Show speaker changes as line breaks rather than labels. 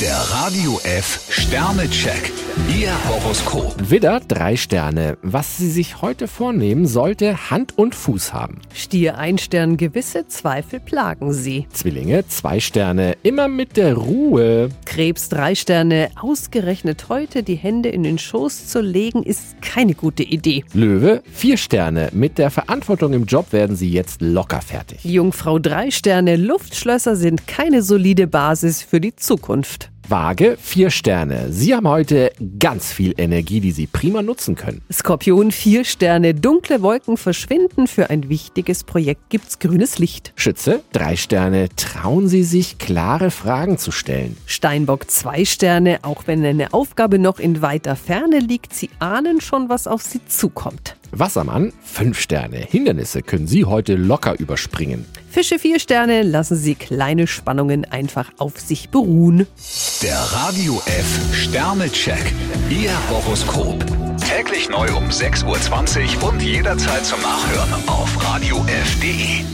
Der Radio F Sternecheck. Ihr Horoskop.
Widder, drei Sterne. Was Sie sich heute vornehmen, sollte Hand und Fuß haben.
Stier ein Stern, gewisse Zweifel plagen sie.
Zwillinge, zwei Sterne. Immer mit der Ruhe.
Krebs drei Sterne, ausgerechnet heute die Hände in den Schoß zu legen, ist keine gute Idee.
Löwe, vier Sterne. Mit der Verantwortung im Job werden Sie jetzt locker fertig.
Jungfrau drei Sterne, Luftschlösser sind keine solide Basis für die Zukunft.
Waage, vier Sterne. Sie haben heute ganz viel Energie, die Sie prima nutzen können.
Skorpion vier Sterne, dunkle Wolken verschwinden, für ein wichtiges Projekt gibt's grünes Licht.
Schütze, drei Sterne. Trauen Sie sich, klare Fragen zu stellen.
Steinbock zwei Sterne, auch wenn eine Aufgabe noch in weiter Ferne liegt, sie ahnen schon, was auf sie zukommt.
Wassermann, fünf Sterne. Hindernisse können Sie heute locker überspringen.
Fische vier Sterne lassen Sie kleine Spannungen einfach auf sich beruhen.
Der Radio F Sternecheck. Ihr Horoskop. Täglich neu um 6.20 Uhr und jederzeit zum Nachhören auf Radio radiof.de.